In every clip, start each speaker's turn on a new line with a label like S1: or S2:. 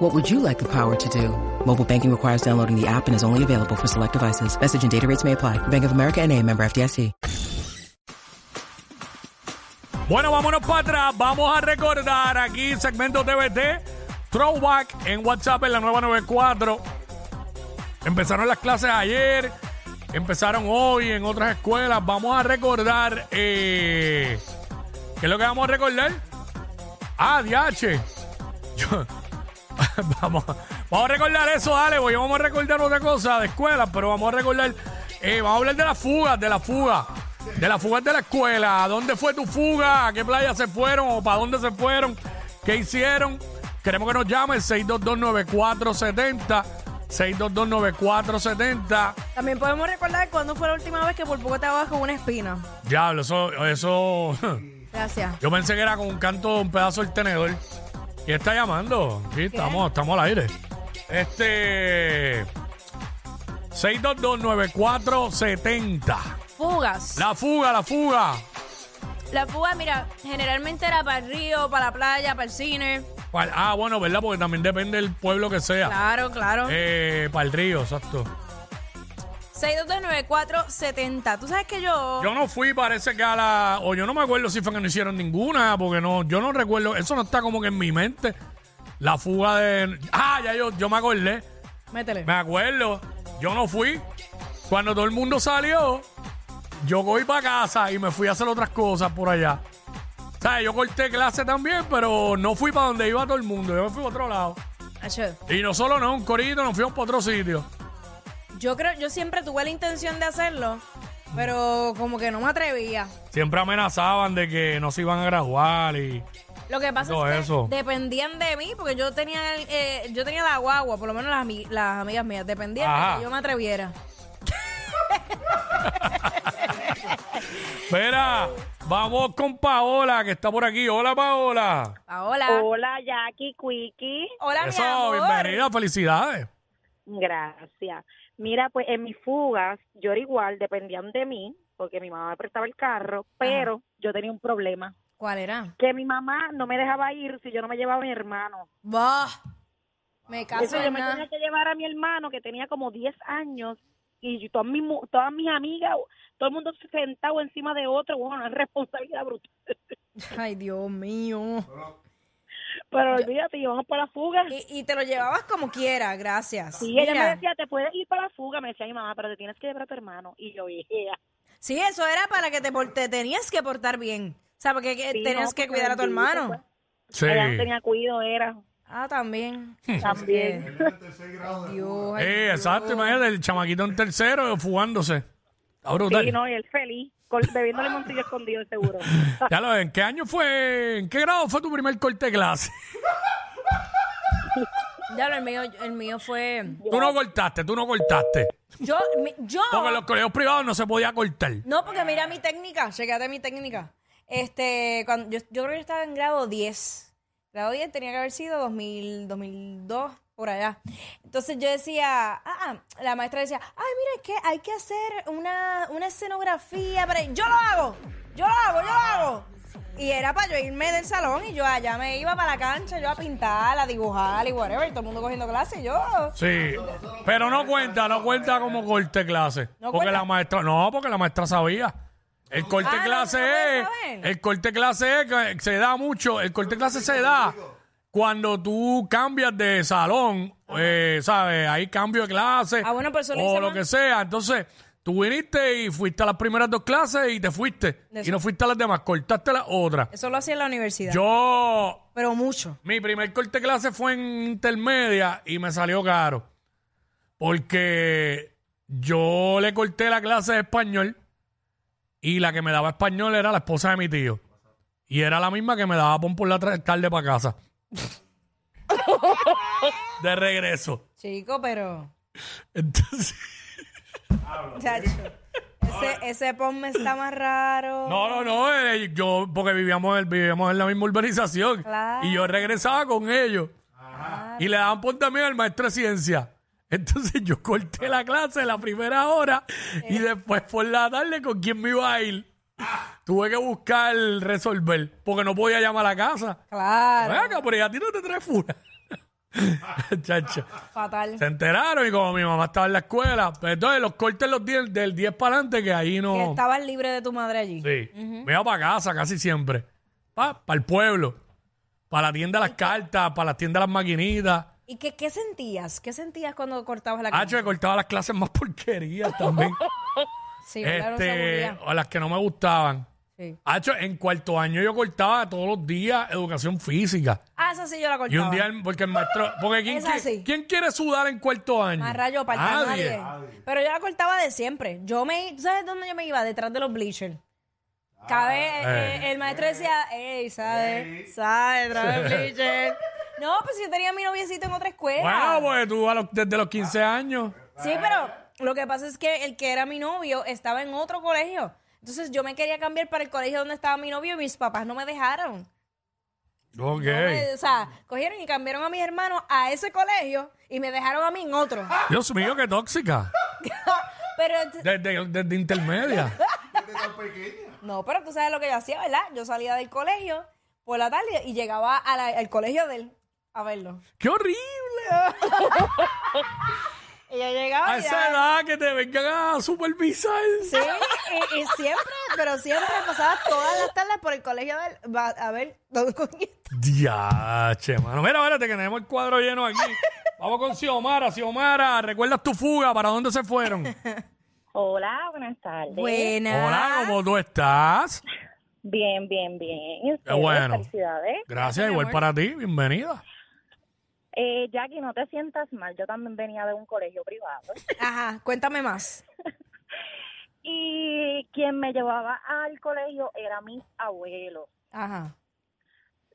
S1: What would you like the power to do? Mobile banking requires downloading the app and is only available for select devices. Message and data rates may apply. Bank of America and a member FDIC.
S2: Bueno, vámonos para atrás. Vamos a recordar aquí segmento TVT. Throwback en WhatsApp en la nueva 94. Empezaron las clases ayer. Empezaron hoy en otras escuelas. Vamos a recordar. eh, ¿Qué es lo que vamos a recordar? Ah, DH. Yo- vamos, vamos a recordar eso, dale, voy. Vamos a recordar otra cosa de escuela, pero vamos a recordar. eh, vamos a hablar de las fugas, de las fugas. De las fugas de la escuela. ¿A dónde fue tu fuga? ¿A qué playa se fueron? ¿O para dónde se fueron? ¿Qué hicieron? Queremos que nos llamen 6229470. 6229470.
S3: También podemos recordar cuándo fue la última vez que por poco te vas con una espina.
S2: Diablo, eso. eso
S3: Gracias.
S2: Yo pensé que era con un canto de un pedazo del tenedor. ¿Quién está llamando? Aquí estamos, estamos al aire. Este. 6229470.
S4: Fugas.
S2: La fuga, la fuga.
S4: La fuga, mira, generalmente era para el río, para la playa, para el cine.
S2: Pa'l- Ah, bueno, ¿verdad? Porque también depende del pueblo que sea.
S4: Claro, claro.
S2: Eh, para el río, exacto.
S4: 6229470. Tú sabes que yo.
S2: Yo no fui, parece que a la. O yo no me acuerdo si fue que no hicieron ninguna, porque no, yo no recuerdo. Eso no está como que en mi mente. La fuga de. Ah, ya yo, yo me acordé.
S3: Métele.
S2: Me acuerdo, yo no fui. Cuando todo el mundo salió, yo voy para casa y me fui a hacer otras cosas por allá. O sea, yo corté clase también, pero no fui para donde iba todo el mundo. Yo me fui a otro lado.
S4: Acho,
S2: Y no solo no, un corito, nos fuimos para otro sitio.
S3: Yo creo, yo siempre tuve la intención de hacerlo, pero como que no me atrevía.
S2: Siempre amenazaban de que no se iban a graduar y...
S4: Lo que pasa
S2: Todo
S4: es que
S2: eso.
S4: dependían de mí, porque yo tenía el- eh, yo tenía la guagua, por lo menos las, ami- las amigas mías, dependían
S2: Ajá.
S4: de que yo me atreviera.
S2: Espera, vamos con Paola, que está por aquí. Hola, Paola.
S4: Paola.
S5: Hola, Jackie, Quickie.
S4: Hola, mi
S2: Eso,
S4: amor.
S2: bienvenida, felicidades.
S5: Gracias. Mira, pues en mis fugas, yo era igual, dependían de mí, porque mi mamá me prestaba el carro, pero yo tenía un problema,
S4: ¿Cuál era?
S5: que mi mamá no me dejaba ir si yo no me llevaba a mi hermano.
S4: Bah. Me caso
S5: Eso yo
S4: en
S5: me
S4: nada.
S5: tenía que llevar a mi hermano, que tenía como 10 años, y yo- todas mis, mu- todas mis amigas, todo el mundo sentado encima de otro, bueno, una responsabilidad brutal.
S3: Ay, Dios mío.
S5: Pero olvídate, y vamos para la fuga.
S3: Y, y te lo llevabas como quiera, gracias.
S5: Sí, ella
S3: Mira,
S5: me decía, te puedes ir para la fuga, me decía mi mamá, pero te tienes que llevar a tu hermano. Y yo, "Yeah".
S3: sí, eso era para que te, por- te tenías que portar bien. O sea, porque que
S5: Sí,
S3: tenías
S5: no,
S3: que
S5: porque
S3: cuidar a tu
S5: bendito,
S3: hermano.
S5: pues.
S2: Sí.
S5: Ella no tenía cuido, era.
S3: Ah, también.
S5: También.
S3: Dios,
S5: Pues,
S3: ay,
S2: Eh, exacto, imagínate, el chamaquito en tercero fugándose. Está brutal.
S5: Sí, no, y él feliz, col- bebiéndole montillo escondido, seguro.
S2: Ya lo ven, ¿en qué año fue? ¿En qué grado fue tu primer corte de clase?
S4: Diablo, el mío, el mío fue.
S2: Tú no cortaste, tú no cortaste.
S3: Yo, mi- yo.
S2: Porque en los colegios privados no se podía cortar.
S3: No, porque mira mi técnica, checate mi técnica. Este, cuando, yo, yo creo que yo estaba en grado 10. Grado 10 tenía que haber sido 2000, 2002, por allá. Entonces yo decía, ah, ah, la maestra decía, ay, mira, es que hay que hacer una, una escenografía. Para... Yo lo hago, yo lo hago, yo lo hago. Y era para yo irme del salón y yo allá me iba para la cancha, yo a pintar, a dibujar y whatever, y todo el mundo cogiendo clase y yo.
S2: Sí. Pero no cuenta, no cuenta como corte de clase.
S3: ¿No
S2: porque
S3: cuenta?
S2: la maestra, no, porque la maestra sabía. El corte de
S3: Ah,
S2: clase
S3: no, no puede
S2: es,
S3: saber.
S2: el corte de clase es que se da mucho, el corte de clase se da cuando tú cambias de salón, eh, ¿sabes? Hay cambio de clase.
S3: Ah, bueno, pero eso lo
S2: o
S3: hice
S2: lo
S3: mal.
S2: que sea. Entonces, tú viniste y fuiste a las primeras dos clases y te fuiste.
S3: De
S2: Y
S3: eso.
S2: no fuiste a las demás, cortaste las otras.
S3: Eso lo hacía en la universidad.
S2: Yo
S3: Pero mucho.
S2: mi primer corte de clase fue en intermedia y me salió caro. Porque yo le corté la clase de español y la que me daba español era la esposa de mi tío. Y era la misma que me daba pon por la tra- tarde para casa. de regreso.
S3: Chico, pero.
S2: Entonces,
S3: Chacho, Ese, ese ponme está más raro.
S2: No, no, no, eh, yo, porque vivíamos, en- vivíamos en la misma urbanización.
S3: Claro.
S2: Y yo regresaba con ellos. Y le daban por también al maestro de ciencia. Entonces yo corté la clase la primera hora y
S3: Eh.
S2: después por la tarde con quién me iba a ir. Tuve que buscar resolver, porque no podía llamar a la casa.
S3: Claro,
S2: Venga, por ahí a ti no te traes fura. Chacho.
S3: fatal.
S2: Se enteraron y como mi mamá estaba en la escuela, pues entonces los cortes los 10 del 10 para adelante que ahí no...
S3: Que estabas libre de tu madre allí.
S2: Sí. Me iba para casa casi siempre. Para el pueblo. Para la tienda de las cartas, para la tienda de las maquinitas.
S3: ¿Y qué, qué sentías? ¿Qué sentías cuando cortabas la
S2: Hacho,
S3: clase?
S2: que cortaba las clases más porquerías también.
S3: Sí, claro, se
S2: este,
S3: aburría.
S2: o las que no me gustaban.
S3: Sí.
S2: Hacho, en cuarto año yo cortaba todos los días educación física.
S3: Ah, esa sí yo la cortaba.
S2: Y un día, el- porque el maestro. Porque ¿quién,
S3: Esa
S2: qui-
S3: sí.
S2: ¿quién quiere sudar en cuarto año?
S3: Más rayo para nadie.
S2: Nadie.
S3: Pero yo la cortaba de siempre. Yo me, ¿tú ¿sabes dónde yo me iba? Detrás de los bleachers. Cada vez eh, el maestro decía, ey, ¿sabes? ¿Sabes? Detrás de los bleachers. No, pues yo tenía a mi noviecito en otra escuela.
S2: Bueno, pues tú a los- desde los 15 años.
S3: Sí, pero lo que pasa es que el que era mi novio estaba en otro colegio. Entonces yo me quería cambiar para el colegio donde estaba mi novio y mis papás no me dejaron.
S2: Ok.
S3: No me- o sea, cogieron y cambiaron a mis hermanos a ese colegio y me dejaron a mí en otro.
S2: Dios mío, qué tóxica.
S3: Pero
S2: Desde, desde intermedia.
S3: No, pero tú sabes lo que yo hacía, ¿verdad? Yo salía del colegio por la tarde y llegaba a la- al colegio de él a verlo.
S2: ¡Qué horrible!
S3: Y yo llegaba
S2: A
S3: y
S2: Ah, esa
S3: daba-
S2: edad que te vengan a supervisar.
S3: Sí, y, y siempre, pero siempre pasaba todas las tardes por el colegio de él va- a ver dónde con esto.
S2: Diache, mano. Mira, espérate, que tenemos el cuadro lleno aquí. Vamos con Xiomara. Xiomara, ¿recuerdas tu fuga? ¿Para dónde se fueron?
S5: Hola, buenas tardes.
S2: Hola, ¿cómo tú estás?
S5: Bien, bien, bien. ¿Y ustedes?
S2: bueno.
S5: Felicidades.
S2: Gracias, igual para ti. Bienvenida.
S5: Eh, Jackie, no te sientas mal. Yo también venía de un colegio privado.
S3: Ajá, cuéntame más.
S5: y quien me llevaba al colegio era mis abuelos.
S3: Ajá.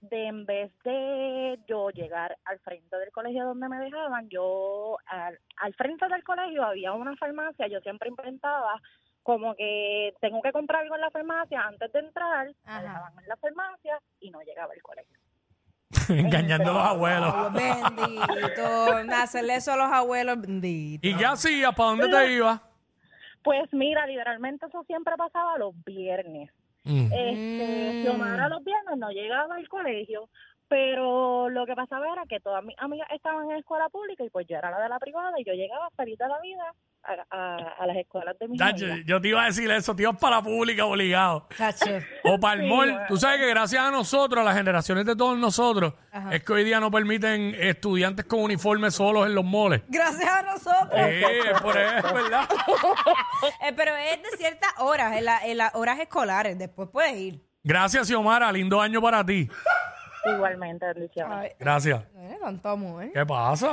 S5: De en vez de yo llegar al frente del colegio donde me dejaban, yo al, al frente del colegio había una farmacia, yo siempre inventaba como que tengo que comprar algo en la farmacia antes de entrar,
S3: Ajá.
S5: me dejaban en la farmacia y no llegaba al colegio.
S2: Engañando a los abuelos.
S3: Dios Bendito. Hacerle eso a los abuelos, bendito.
S2: ¿Y qué hacías? ¿Para dónde te ibas?
S5: Pues mira, literalmente eso siempre pasaba los viernes.
S2: Mm.
S5: Este, Xiomara
S6: Mm.
S5: los viernes no llegaba al colegio, pero lo que pasaba era que todas mis amigas estaban en escuela pública y pues yo era la de la privada y yo llegaba feliz de la vida a, a- a las escuelas de mis
S2: Chacho,
S5: amigas.
S2: yo te iba a decir eso, te ibas para la pública obligado.
S3: Chacho.
S2: O para el
S5: Sí,
S2: mall.
S5: bueno.
S2: Tú sabes que gracias a nosotros, a las generaciones de todos nosotros, es que hoy día no permiten estudiantes con uniformes solos en los moles.
S3: Gracias a nosotros.
S2: Sí, es por eso, ¿verdad?
S3: Eh, pero es de ciertas horas, en, la- en las horas escolares. Después puedes ir.
S2: Gracias, Xiomara. Lindo año para ti.
S5: Igualmente, bendiciones.
S6: Ah.
S3: Ay,
S2: Gracias.
S3: no era tanto amor.
S2: ¿Qué pasa?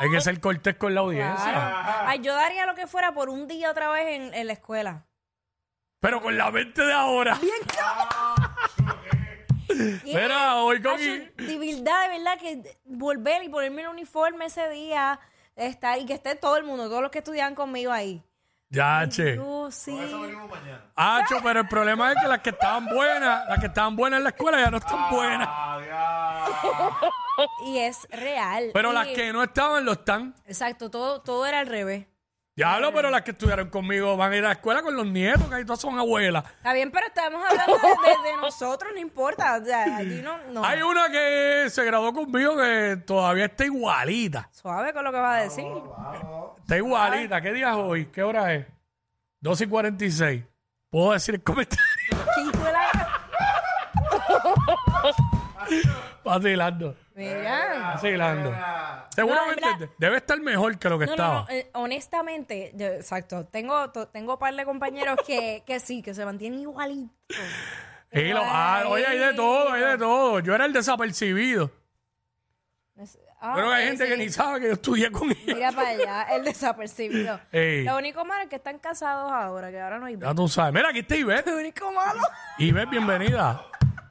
S2: Hay que ser cortés con la audiencia.
S3: Claro. Ay, yo daría lo que fuera por un día otra vez en, en la escuela.
S2: Pero con la mente de ahora. Mira, hoy con...
S3: Ay, yo- de verdad, de verdad, que volver y ponerme el uniforme ese día está, y que esté todo el mundo, todos los que estudian conmigo ahí.
S2: Ya, che.
S3: Tú, sí.
S2: Hacho, pero el problema es que las que estaban buenas, las que estaban buenas en la escuela ya no están buenas.
S3: Y es real.
S2: Pero
S3: Y-
S2: las que no estaban lo están.
S3: Exacto, todo, todo era al revés.
S2: Diablo, pero las que estudiaron conmigo van a ir a la escuela con los nietos, que ahí todas son abuelas.
S3: Está bien, pero estamos hablando de, de- de nosotros, no importa. O sea, allí no, no.
S2: Hay una que se graduó conmigo que todavía está igualita.
S3: Suave con lo que vas a decir.
S2: Está igualita. ¿Qué día es hoy? ¿Qué hora es? 12 y 46. Puedo decir el comentario.
S3: ¿Qué hijo de la-
S2: Vacilando.
S3: Mira.
S2: Vacilando.
S3: No,
S2: Seguramente
S3: en verdad-
S2: debe estar mejor que lo que
S3: No, no,
S2: estaba.
S3: no, eh, honestamente, yo- exacto. Tengo, to- tengo par de compañeros que, que sí, que se mantienen igualitos. Eh,
S2: Y lo- ah, oye, hay de todo, hay de todo. Yo era el desapercibido.
S3: Es- ah,
S2: Pero hay
S3: eh,
S2: gente que
S3: sí.
S2: ni sabe que yo estudié con ella.
S3: Mira para allá, el desapercibido.
S2: Ey.
S3: Lo único malo es que están casados ahora, que ahora no hay.
S2: Ya tú sabes. Mira, aquí está Ivette.
S3: Lo único malo.
S2: Ivette, bienvenida.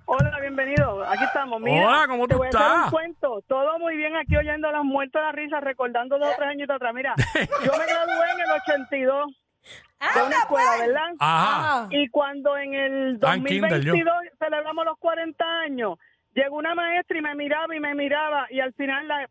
S6: Hola, bienvenido. Aquí estamos. Mira,
S2: Hola, ¿cómo
S6: te
S2: tú
S6: voy a hacer
S2: estás?
S6: un cuento. Todo muy bien aquí oyendo las muertas de la risa, recordando dos o tres añitos atrás. Mira, yo me gradué en el 82.
S5: de una
S3: pues.
S5: escuela, ¿verdad?
S2: Ah, Ajá.
S5: Y cuando en el
S2: Ah, en kinder,
S5: 2022 celebramos los 40 años, llegó una maestra y me miraba y me miraba y al final la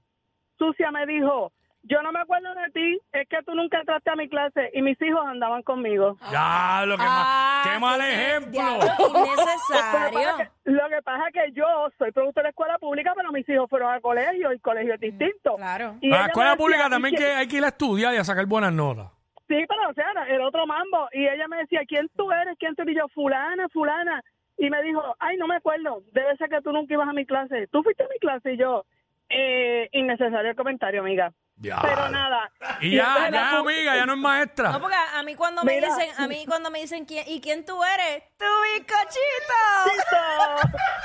S5: sucia me dijo, yo no me acuerdo de ti, es que tú nunca entraste a mi clase y mis hijos andaban conmigo.
S2: Ya, lo que
S3: Ah,
S2: mal, qué mal
S3: qué-
S2: ejemplo.
S3: diablo,
S5: Lo que pasa
S3: Innecesario.
S5: que- Lo que pasa es que yo soy producto de la escuela pública, pero mis hijos fueron al colegio y el colegio es distinto.
S3: Claro.
S2: A
S5: Y ella
S2: la
S5: me
S2: Ah, escuela
S5: decía,
S2: pública
S5: "¿Y
S2: también
S5: qué-
S2: que hay que ir a estudiar y a sacar buenas notas.
S5: Sí, pero o sea, era- era otro mambo. Y ella me decía, ¿quién tú eres? ¿Quién tú eres? Y yo, fulana, fulana. Y me dijo, ay, no me acuerdo, debe ser que tú nunca ibas a mi clase. Tú fuiste a mi clase y yo, eh, innecesario el comentario, amiga.
S2: Ya.
S5: Pero nada.
S2: Ah. Y ya,
S5: entonces
S2: ya,
S5: la pu-
S2: amiga, ya no es maestra.
S3: No, porque a a mí cuando me
S5: Mira.
S3: dicen, a mí cuando me dicen, ¿quién, ¿y quién tú eres? ¡Tu bizcochito!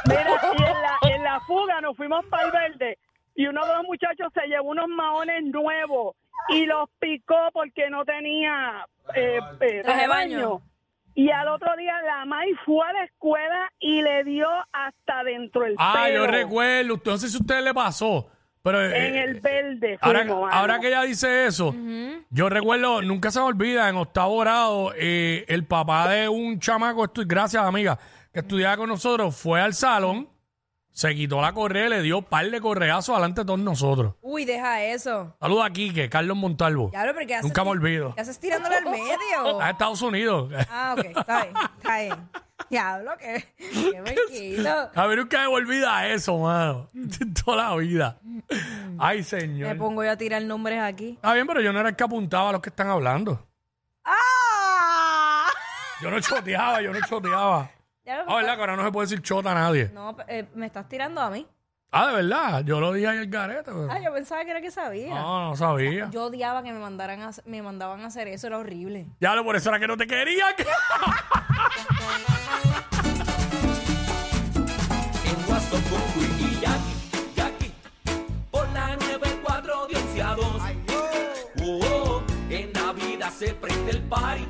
S5: Mira, y en la, en la fuga nos fuimos para el verde y uno de los muchachos se llevó unos maones nuevos y los picó porque no tenía eh, eh,
S3: Traje de baño.
S5: Y al otro día la May fue a la escuela y le dio hasta dentro el
S2: Ah,
S5: pelo.
S2: yo recuerdo. Usted- No sé si a usted le pasó, pero... eh,
S5: En el verde.
S2: Ahora,
S5: fuimos, mano.
S2: ahora que ella dice eso, yo recuerdo, nunca se me olvida, en octavo grado, eh, el papá de un chamaco, estu- gracias amiga, que estudiaba con nosotros, fue al salón, se quitó la correa y le dio par de correazos delante de todos nosotros.
S3: Uy, deja eso.
S2: Saludos a Quique, Carlos Montalvo.
S3: Ya, pero ¿qué haces?
S2: Nunca me olvido.
S3: ¿Qué haces tirándole al medio?
S2: A Estados Unidos.
S3: Ah, ok, está bien, está bien. Diablo, qué, qué mequito.
S2: A ver, nunca me olvida eso, mano. Toda la vida. Ay,
S3: Me
S2: señor.
S3: pongo yo a tirar nombres aquí.
S2: Está bien, pero yo no era el que apuntaba a los que están hablando.
S3: ¡Ah!
S2: Yo no choteaba, yo no choteaba.
S3: Ya
S2: Ah, ¿verdad? Que ahora no se puede decir chota a nadie.
S3: No, eh, me estás tirando a mí.
S2: Ah, de verdad. Yo lo dije ahí el garete. pero-
S3: Ah, yo pensaba que era que sabía.
S2: No, no sabía.
S3: Yo odiaba que me mandaran a, me mandaban a hacer eso, era horrible.
S2: Ya lo por eso era que no te quería.
S7: en Guasco con Quickie Jackie, Jackie, por la 94 de 11 a 2. Oh, oh, en Navidad se prende el party